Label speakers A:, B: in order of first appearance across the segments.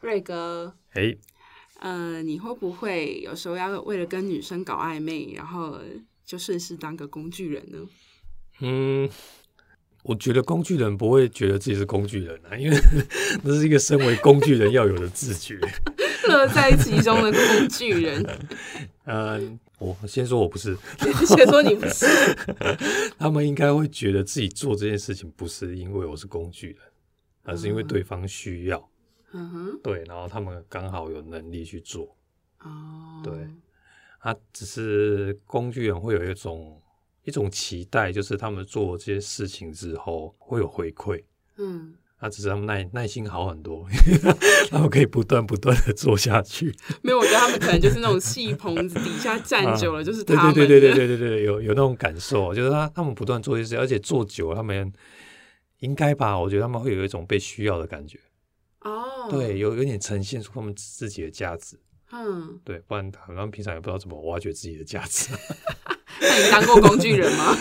A: 瑞哥，
B: 哎，
A: 呃，你会不会有时候要为了跟女生搞暧昧，然后就顺势当个工具人 呢？
B: 嗯，我觉得工具人不会觉得自己是工具人啊，因为 那是一个身为工具人要有的自觉。
A: 乐在其中的工具人，
B: 嗯，我先说我不是，
A: 且说你不是，
B: 他们应该会觉得自己做这件事情不是因为我是工具人，而是因为对方需要，
A: 嗯哼，
B: 对，然后他们刚好有能力去做。
A: 哦，
B: 对啊，只是工具人会有一种一种期待，就是他们做这些事情之后会有回馈。
A: 嗯，
B: 啊，只是他们耐耐心好很多， 他们可以不断不断的做下去。啊
A: 没有，我觉得他们可能就是那种戏棚子底下站久了，就是
B: 对
A: 他们，
B: 对对对对对对对，有有那种感受，啊就是他他们不断做这些事，而且做久了，他们应该吧，我觉得他们会有一种被需要的感觉，
A: 哦，
B: 对，，有有点呈现出他们自己的价值，
A: 嗯，
B: 对，不然他们平常也不知道怎么挖掘自己的价值。
A: 那你当过工具人吗？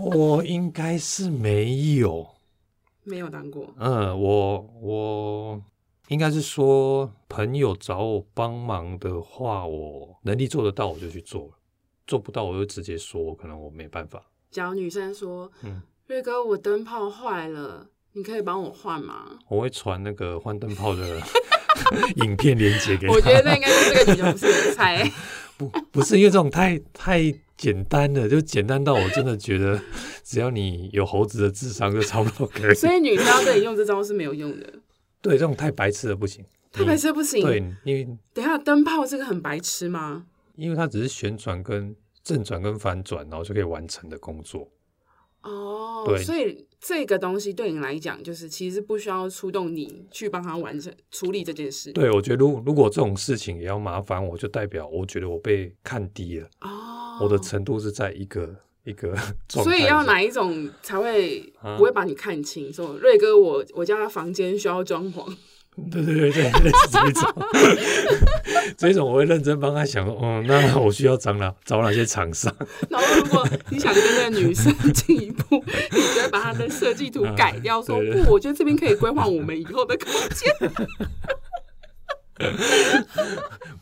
B: 我哦应该是没有，
A: 没有当过，
B: 嗯，我我应该是说，朋友找我帮忙的话，我能力做得到我就去做了，做不到我就直接说，可能我没办法。
A: 假如女生说，
B: 嗯，
A: 瑞哥，我灯泡坏了，你可以帮我换吗？
B: 我会传那个换灯 泡的 影片连接给他。
A: 我觉得那应该就是这个女生不是你的菜。
B: 不不是因为这种太太简单了，就简单到我真的 觉得，只要你有猴子的智商就差不多可以。
A: 所以女生要对你用这招是没有用的，
B: 对，这种太白痴的不行。
A: 太白痴不行。
B: 嗯对，因为
A: 等一下灯泡这个很白痴吗？
B: 因为它只是旋转跟正转跟反转，然后就可以完成的工作。
A: 哦，
B: 对
A: 所以这个东西对你来讲，就是其实不需要出动你去帮他完成处理这件事。
B: 对，我觉得如如果这种事情也要麻烦我，就代表我觉得我被看低了，
A: 哦，
B: 我的程度是在一个一个状态。
A: 所以要？哪一种才会
B: 啊
A: 不会把你看清？说瑞哥我，我家房间需要装潢，
B: 对对对对，类似这一种，这一种 我会认真帮他想说，嗯，那我需要找哪找哪些厂商？
A: 然后如果你想跟这个女生进一步，你就会把她的设计图改掉，说
B: 啊对对
A: 不，我觉得这边可以规划我们以后的空间。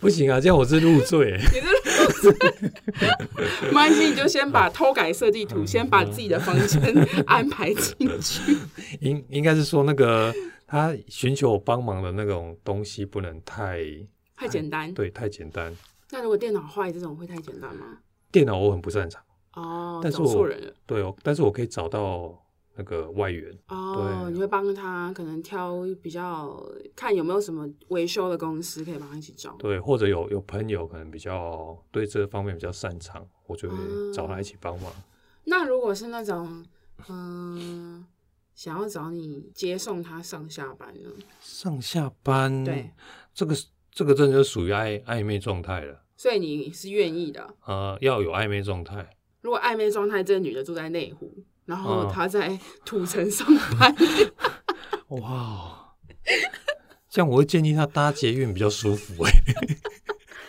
B: 不行啊，这样我是入赘。
A: 你这没关系，你就先把偷改设计
B: 嗯
A: 图，先把自己的房间 安排进去。
B: 应应该是说那个他寻求我帮忙的那种东西不能太
A: 太简单。
B: 对太简单。
A: 那如果电脑坏这种会太简单吗？
B: 电脑我很不擅长，
A: 哦，
B: 但是
A: 找
B: 我
A: 错人了。
B: 对哦，但是我可以找到那个外援。
A: 哦，
B: 对
A: 你会帮他可能挑比较看有没有什么维修的公司可以帮他一起找。
B: 对，或者有有朋友可能比较对这方面比较擅长，我就会
A: 嗯
B: 找他一起帮忙。
A: 那如果是那种嗯、想要找你接送他上下班呢？
B: 上下班，
A: 对，
B: 这个这个真的就属于暧暧昧状态了。
A: 所以你是愿意的。
B: 呃，要有暧昧状态，
A: 如果暧昧状态，这个女的住在内湖，然后
B: 嗯
A: 她在土城上班，
B: 哇哦，这样我会建议他搭捷运比较舒服、欸。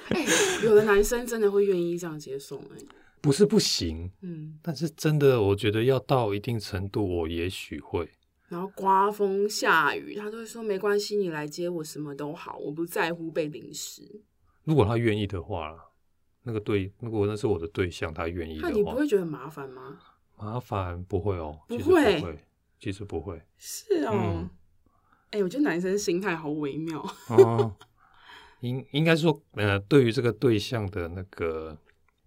A: 哎、 有的男生真的会愿意这样接送、哎，
B: 不是不行，
A: 嗯，
B: 但是真的我觉得要到一定程度，我也许会。
A: 然后刮风下雨，他都会说没关系，你来接我，什么都好，我不在乎被淋湿。
B: 如果他愿意的话啦，那个对，如果那是我的对象，他愿意
A: 那你
B: 的
A: 不
B: 话，
A: 会觉得很麻烦吗？
B: 麻烦不会哦，
A: 不
B: 其实
A: 会
B: 不会，其实不会。
A: 是哦，
B: 嗯
A: 哎、我觉得男生心态好微妙，
B: 哦， 应应该说，呃，对于这个对象的那个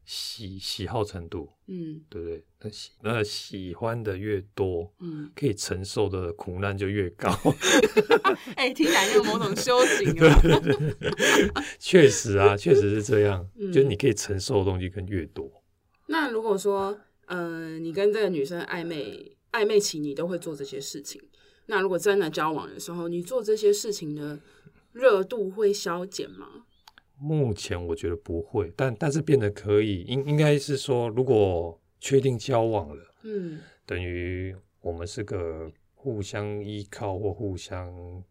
B: 喜喜好程度，
A: 嗯
B: 对不对？那喜那喜欢的越多，
A: 嗯，
B: 可以承受的苦难就越高。
A: 哎、听起来就有某种修行 啊，
B: 确实啊，确实是这样，
A: 嗯
B: 就是你可以承受的东西更越多。
A: 那如果说，呃，你跟这个女生暧昧暧昧期，你都会做这些事情。那如果真的交往的时候，你做这些事情的热度会消减吗？
B: 目前我觉得不会，但但是变得可以，应应该是说，如果确定交往了，
A: 嗯
B: 等于我们是个互相依靠或互相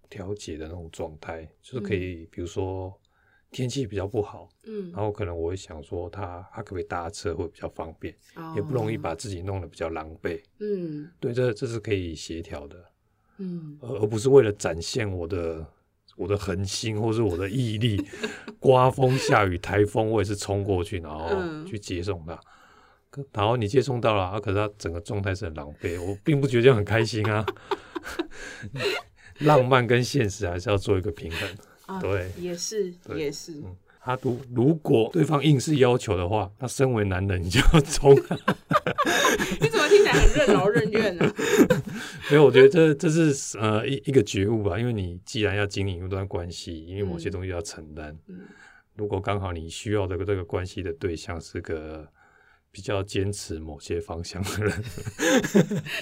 B: 调节的那种状态，就是可以，比如说天气比较不好，
A: 嗯
B: 然，后可能我会想说他他可不可以搭车会比较方便，
A: 哦
B: 也不容易把自己弄得比较狼狈。
A: 嗯
B: 对，这这是可以协调的，
A: 嗯
B: 而而不是为了展现我的。我的恒心或是我的毅力，刮风下雨台风，我也是冲过去，然后
A: 嗯
B: 去接送他。可然后你接送到了，啊、可是他整个状态是很狼狈，我并不觉得这样很开心啊。 浪漫跟现实还是要做一个平衡。
A: 啊，
B: 对
A: 也是
B: 对嗯
A: 也是，
B: 他如如果对方硬是要求的话，那身为男人你就要 冲。
A: 你怎么听起来很任劳任怨呢？啊
B: 没有，我觉得这这是呃一一个觉悟吧，因为你既然要经营一段关系，因为某些东西要承担。
A: 嗯
B: 如果刚好你需要的这个关系的对象是个比较坚持某些方向的人，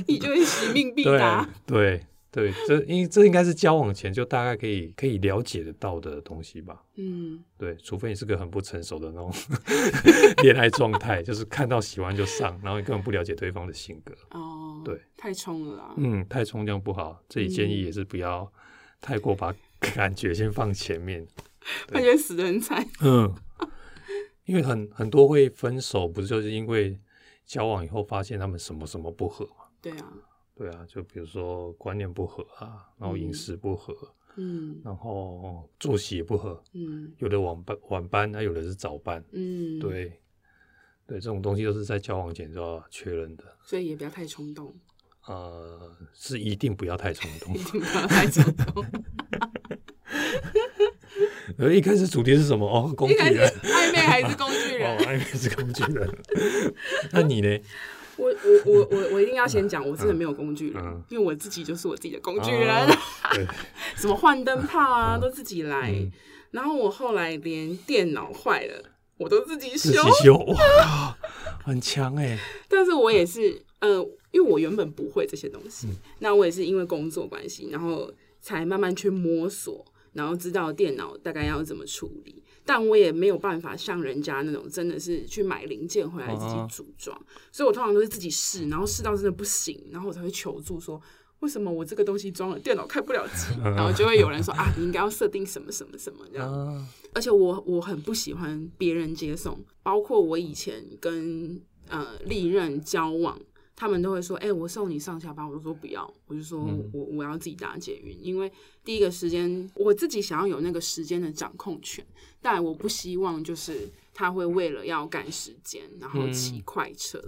A: 你就会使命必啊
B: 对
A: 达。
B: 对对，这应这应该是交往前就大概可以可以了解得到的东西吧。
A: 嗯，
B: 对，除非你是个很不成熟的那种 恋爱状态，就是看到喜欢就上，然后你根本不了解对方的性格。
A: 哦，
B: 对，
A: 太冲了啊啦。
B: 嗯，太冲量不好，这里建议也是不要太过把感觉先放前面。
A: 感觉死的很惨。
B: 嗯，因为很很多会分手，不是就是因为交往以后发现他们什么什么不合嘛？
A: 对啊，
B: 对啊，就比如说观念不合啊，然后饮
A: 嗯
B: 食不合，
A: 嗯
B: 然后作息也不合，
A: 嗯
B: 有的晚班晚班，啊那有的是早班。
A: 嗯，，
B: 对，对，这种东西都是在交往前就要确认的。
A: 所以也不要太冲动，
B: 呃，是一定不要太冲动
A: 一。定不要太冲动。
B: 呃，一开始主题是什么？哦，工具
A: 一开始
B: 人。
A: 暧昧还是工具人
B: 哦，？暧昧是工具人。那你呢？
A: 我我我我我一定要先讲，我真的没有工具人，
B: 嗯
A: 因为我自己就是我自己的工具
B: 啊
A: 人，
B: 对，
A: 什么换灯泡啊、都自己来。
B: 嗯
A: 然后我后来连电脑坏了，我都自己
B: 自
A: 修。
B: 己修哇，很强哎、
A: 但是我也是，呃，因为我原本不会这些东西，那我也是因为工作关系，然后才慢慢去摸索，然后知道电脑大概要怎么处理。但我也没有办法像人家那种真的是去买零件回来自己
B: 嗯哼
A: 组装，所以我通常都是自己试，然后试到真的不行，然后我才会求助说。为什么我这个东西装了电脑开不了机？然后就会有人说啊，你应该要设定什么什么什么这样。
B: 啊，
A: 而且我我很不喜欢别人接送，包括我以前跟呃历任交往，他们都会说：“哎、我送你上下班。”我就说不要，我就说
B: 嗯
A: 我我要自己搭捷运，因为第一个时间我自己想要有那个时间的掌控权，但我不希望就是他会为了要赶时间，然后骑
B: 嗯
A: 快车。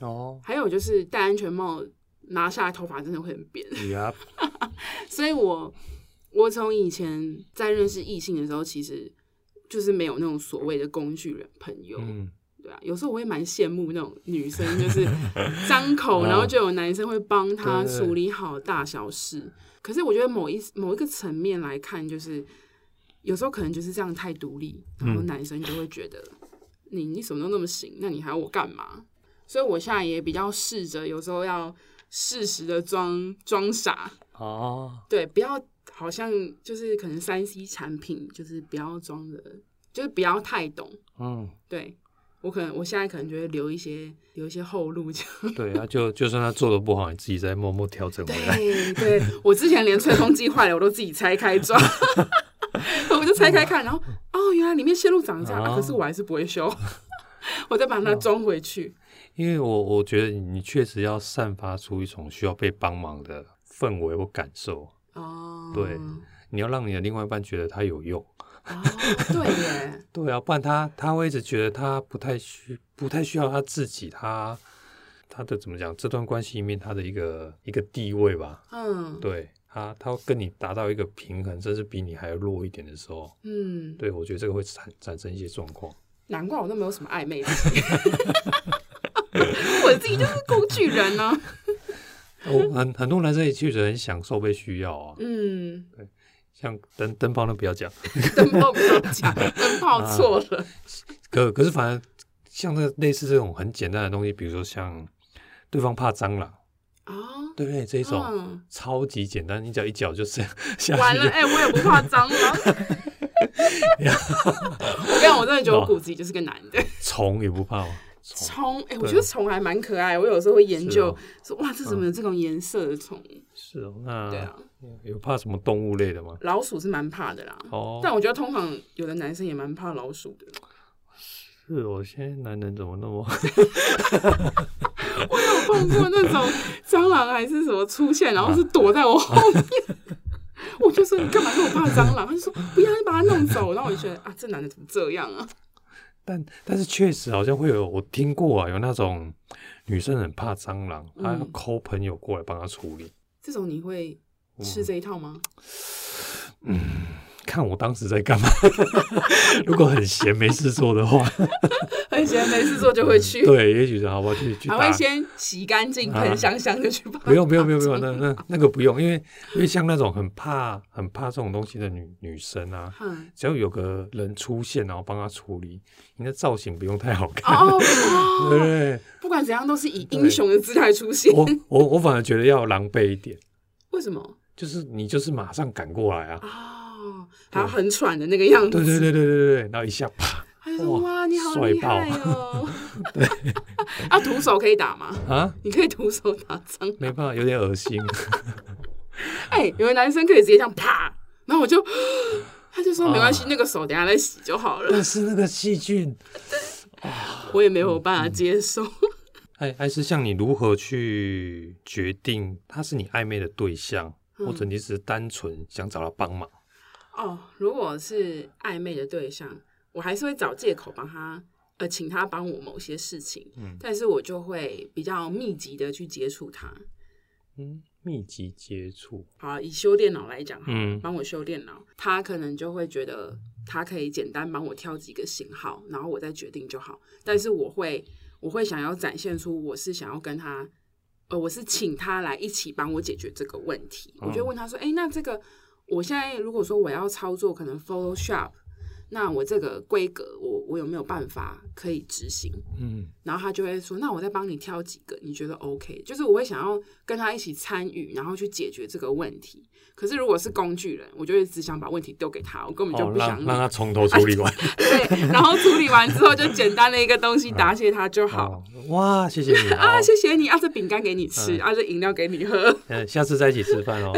B: 哦，
A: 还有就是戴安全帽拿下来，头发真的会很扁。
B: y e
A: 所以我我从以前在认识异性的时候，其实就是没有那种所谓的工具人朋友，
B: 嗯，
A: 对啊，有时候我也蛮羡慕那种女生，就是 张口，然后就有男生会帮她
B: 嗯对对对
A: 处理好大小事。可是我觉得某一某一个层面来看，就是有时候可能就是这样太独立，然后
B: 嗯
A: 男生就会觉得、你你什么都那么行，那你还要我干嘛？所以我现在也比较试着，有时候要适时的装装傻，
B: 哦，
A: 对，不要好像就是可能三 C 产品，就是不要装的，就是不要太懂。
B: 嗯，
A: 对我可能我现在可能就会留一些留一些后路，这样。
B: 对啊，就就算他做的不好，你自己再默默调整回来。
A: 对，对我之前连吹风机坏了，我都自己拆开装， 我就拆开看，然后哦，原来里面线路长这样、啊，可是我还是不会修， 我再把它装回去。
B: 因为我我觉得你确实要散发出一种需要被帮忙的氛围或感受，
A: 哦，
B: 对你要让你的另外一半觉得他有用。
A: 哦，对耶，
B: 对啊，不然他他会一直觉得他不太需不太需要他自己，他他的怎么讲？这段关系里面他的一个一个地位吧，
A: 嗯
B: 对他，他会跟你达到一个平衡，甚至比你还要弱一点的时候，
A: 嗯，
B: 对我觉得这个会产产生一些状况。
A: 难怪我都没有什么暧昧自己， 我自己就是工具人啊呢、
B: 我哦 很很多男生也确实很享受被需要啊，
A: 嗯，
B: 像灯灯泡那不要讲，
A: 灯泡不要讲，灯泡
B: 啊
A: 错了。
B: 可可是反而像这类似这种很简单的东西，比如说像对方怕蟑螂，
A: 哦，
B: 对不对？这一种。
A: 嗯，
B: 超级简单，你只要一脚就这样下
A: 完
B: 去
A: 了，哎、我也不啊怕蟑 螂。我跟你讲，我真的觉得我骨子里就是个男的，
B: 就，虫也不怕哦。虫。
A: 虫，哎、我
B: 哦对
A: 觉得虫还蛮可爱。我有时候会研究，
B: 是
A: 说
B: 哦
A: 哇，这怎么有这种颜色的虫？
B: 是哦，那
A: 对啊，
B: 有怕什么动物类的吗？
A: 老鼠是蛮怕的啦。
B: 哦，
A: 但我觉得通常有的男生也蛮怕老鼠的。
B: 是哦，现在男人怎么那么……
A: 碰过那种蟑螂还是什么出现，然后是躲在我后面，我就说你干嘛那么怕蟑螂？他就说不要，你把它弄走。然后我就觉得啊，这男的怎么这样啊？
B: 但但是确实好像会有，我听过啊，有那种女生很怕蟑螂，她要
A: 嗯
B: 抠朋友过来帮她处理。
A: 这种你会吃这一套吗？
B: 看我当时在干嘛？ 如果很闲没事做的话，嗯
A: 很闲没事做 就会去，
B: 对，也许是好吧， 去去
A: 还
B: 打
A: 会。先洗干净，
B: 啊
A: 喷香香的去吧。
B: 不用不用不用 不用，那那那个不用，因为因为像那种很怕很怕这种东西的女女生啊，
A: 哼。
B: 只要有个人出现，然后帮她处理，你的造型不用太好看，
A: 哦，
B: 对不
A: 哦
B: 对？
A: 不管怎样都是以
B: 对
A: 英雄的姿态出现。
B: 我我我反而觉得要狼狈一点，
A: 为什么
B: 就是你就是马上赶过来啊，
A: 哦，还要很喘的那个样子。
B: 对对对对对对对，然后一下啪
A: 他就说：“
B: 哇
A: 哇，你好
B: 帅
A: 厉害哦！”啊，徒手可以打吗？
B: 啊，
A: 你可以徒手打蟑螂。
B: 没办法，有点恶 心。
A: 哎、有的男生可以直接这样啪，然后我就， 他就说没关系，那个手等下再洗就好了。
B: 但是那个细菌，
A: 我也没有办法接受。
B: 还还是像你如何去决定他是你暧昧的对象，
A: 嗯
B: 或者你只是单纯想找他帮忙。
A: 哦，如果是暧昧的对象，我还是会找借口帮他，呃，请他帮我某些事情。
B: 嗯
A: 但是我就会比较密集的去接触他。
B: 嗯，密集接触，
A: 好，以修电脑来讲好了，
B: 嗯
A: 帮我修电脑，他可能就会觉得他可以简单帮我挑几个型号，然后我再决定就好。但是我会，我会想要展现出我是想要跟他，呃，我是请他来一起帮我解决这个问题。
B: 嗯
A: 我就问他说，哎、那这个我现在如果说我要操作可能 Photoshop，那我这个规格我我有没有办法可以执行？
B: 嗯
A: 然后他就会说：“那我再帮你挑几个，你觉得 OK？” 就是我会想要跟他一起参与，然后去解决这个问题。可是如果是工具人，我就会只想把问题丢给他，我根本就
B: 哦，
A: 不想
B: 让
A: 理。
B: 让他从头处理完。
A: 对，然后处理完之后就简单的一个东西答谢他就好。
B: 哦，哇，谢谢你好
A: 啊， 谢谢你啊，这饼干给你吃、啊，这饮料给你喝。
B: 嗯，下次在一起吃饭哦。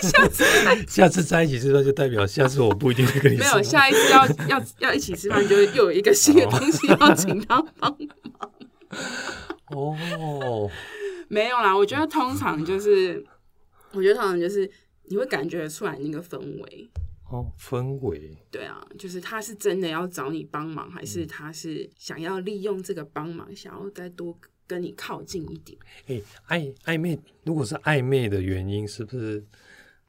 B: 下次在一起吃饭就代表下次我不一定会跟你
A: 没
B: 吃
A: 有，
B: 饭。
A: 下一次要要要一起吃饭，就会又有一个新的东西要请他帮。
B: 哦，
A: 没有啦，我觉得通常就是，我觉得通常就是你会感觉出来那个氛围。
B: 哦，氛围，
A: 对啊，就是他是真的要找你帮忙，还是他是想要利用这个帮忙，想要再多跟你靠近一点？
B: 哎、暧暧昧，如果是暧昧的原因，是不是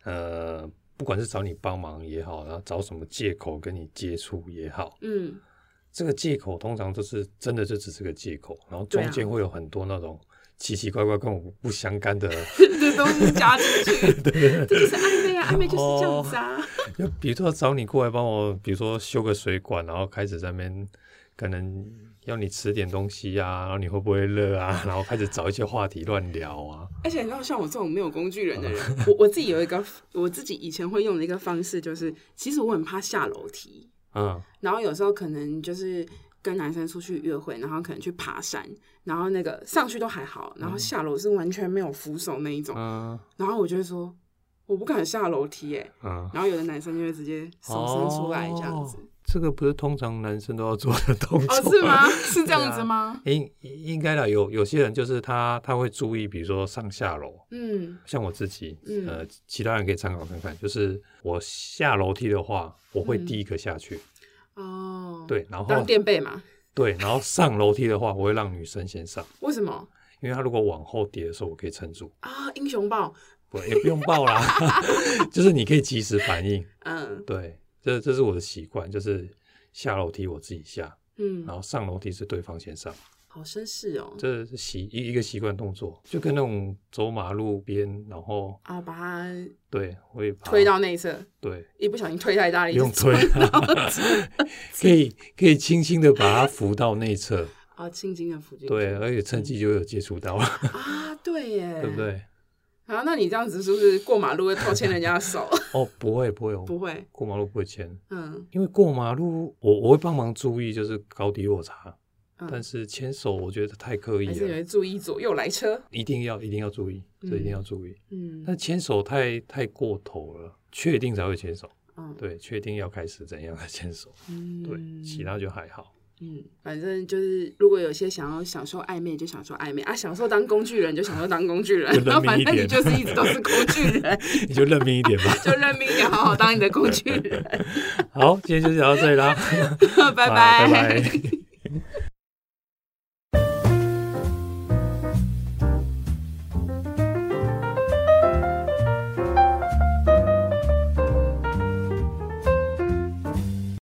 B: 呃，不管是找你帮忙也好，然后找什么借口跟你接触也好，
A: 嗯，
B: 这个借口通常就是真的就只是个借口，然后
A: 对啊
B: 中间会有很多那种奇奇怪怪跟我不相干的，
A: 这都是加进去， 这就是暧昧啊，暧昧就是这样子啊。
B: 就比如说找你过来帮我，比如说修个水管，然后开始在那边可能。要你吃点东西呀、然后你会不会热啊？然后开始找一些话题乱聊啊。
A: 而且你知道，像我这种没有工具人的人，我我自己有一个我自己以前会用的一个方式，就是其实我很怕下楼梯，
B: 嗯，
A: 然后有时候可能就是跟男生出去约会，然后可能去爬山，然后那个上去都还好，然后下楼是完全没有扶手那一种，
B: 嗯
A: 然后我就会说。我不敢下楼梯耶、
B: 嗯，
A: 然后有的男生就会直接手伸出来这样子。
B: 哦这个不是通常男生都要做的动作、
A: 哦， 是？
B: 啊
A: 吗？是这样子吗？
B: 应应该啦，有有些人就是他他会注意，比如说上下楼，
A: 嗯
B: 像我自己，
A: 嗯
B: 呃，其他人可以参考看看。就是我下楼梯的话，我会
A: 嗯
B: 第一个下去，
A: 哦，，
B: 对，然后
A: 当垫背嘛？
B: 对，然后上楼梯的话，我会让女生先上，
A: 为什么
B: 因为她如果往后跌的时候，我可以撑住，
A: 啊？英雄报，
B: 不也不用抱啦， 就是你可以及时反应。
A: 嗯
B: 对，这这是我的习惯，就是下楼梯我自己下，
A: 嗯，
B: 然后上楼梯是对方先上，
A: 好绅士哦。
B: 这是习一一个习惯动作，就跟那种走马路边，然后
A: 啊，把他
B: 对会把
A: 推到内侧，
B: 对，
A: 一不小心推太大
B: 不
A: 力，
B: 用推， 可以可以轻轻的把它扶到内侧，
A: 啊，轻轻的扶进去。
B: 对，而且趁机就有接触到，
A: 啊，对耶，
B: 对不？对？
A: 啊，那你这样子是不是过马路会偷牵人家的手？
B: 哦，不会不会，我
A: 不会，
B: 过马路不会牵，
A: 嗯
B: 因为过马路我我会帮忙注意就是高低落差，
A: 嗯
B: 但是牵手我觉得太刻意
A: 还是你
B: 了，
A: 会注意左右来车？
B: 一定要一定要注意，这一定要注意。
A: 嗯，
B: 但牵手太太过头了，确定才会牵手，
A: 嗯，
B: 对，确定要开始怎样的牵手，
A: 嗯
B: 对，其他就还好。
A: 嗯，反正就是，如果有些想要享受暧昧，就享受暧昧啊；享受当工具人，就享受当工具人
B: 就。认命
A: 然后反正
B: 一
A: 你
B: 点
A: 就是一直都是工具人，
B: 你就认命一点 吧。
A: 就认命一点， 好好当你的工具人。
B: 好，今天就聊到这里啦，
A: 拜
B: 好拜
A: 拜
B: 拜。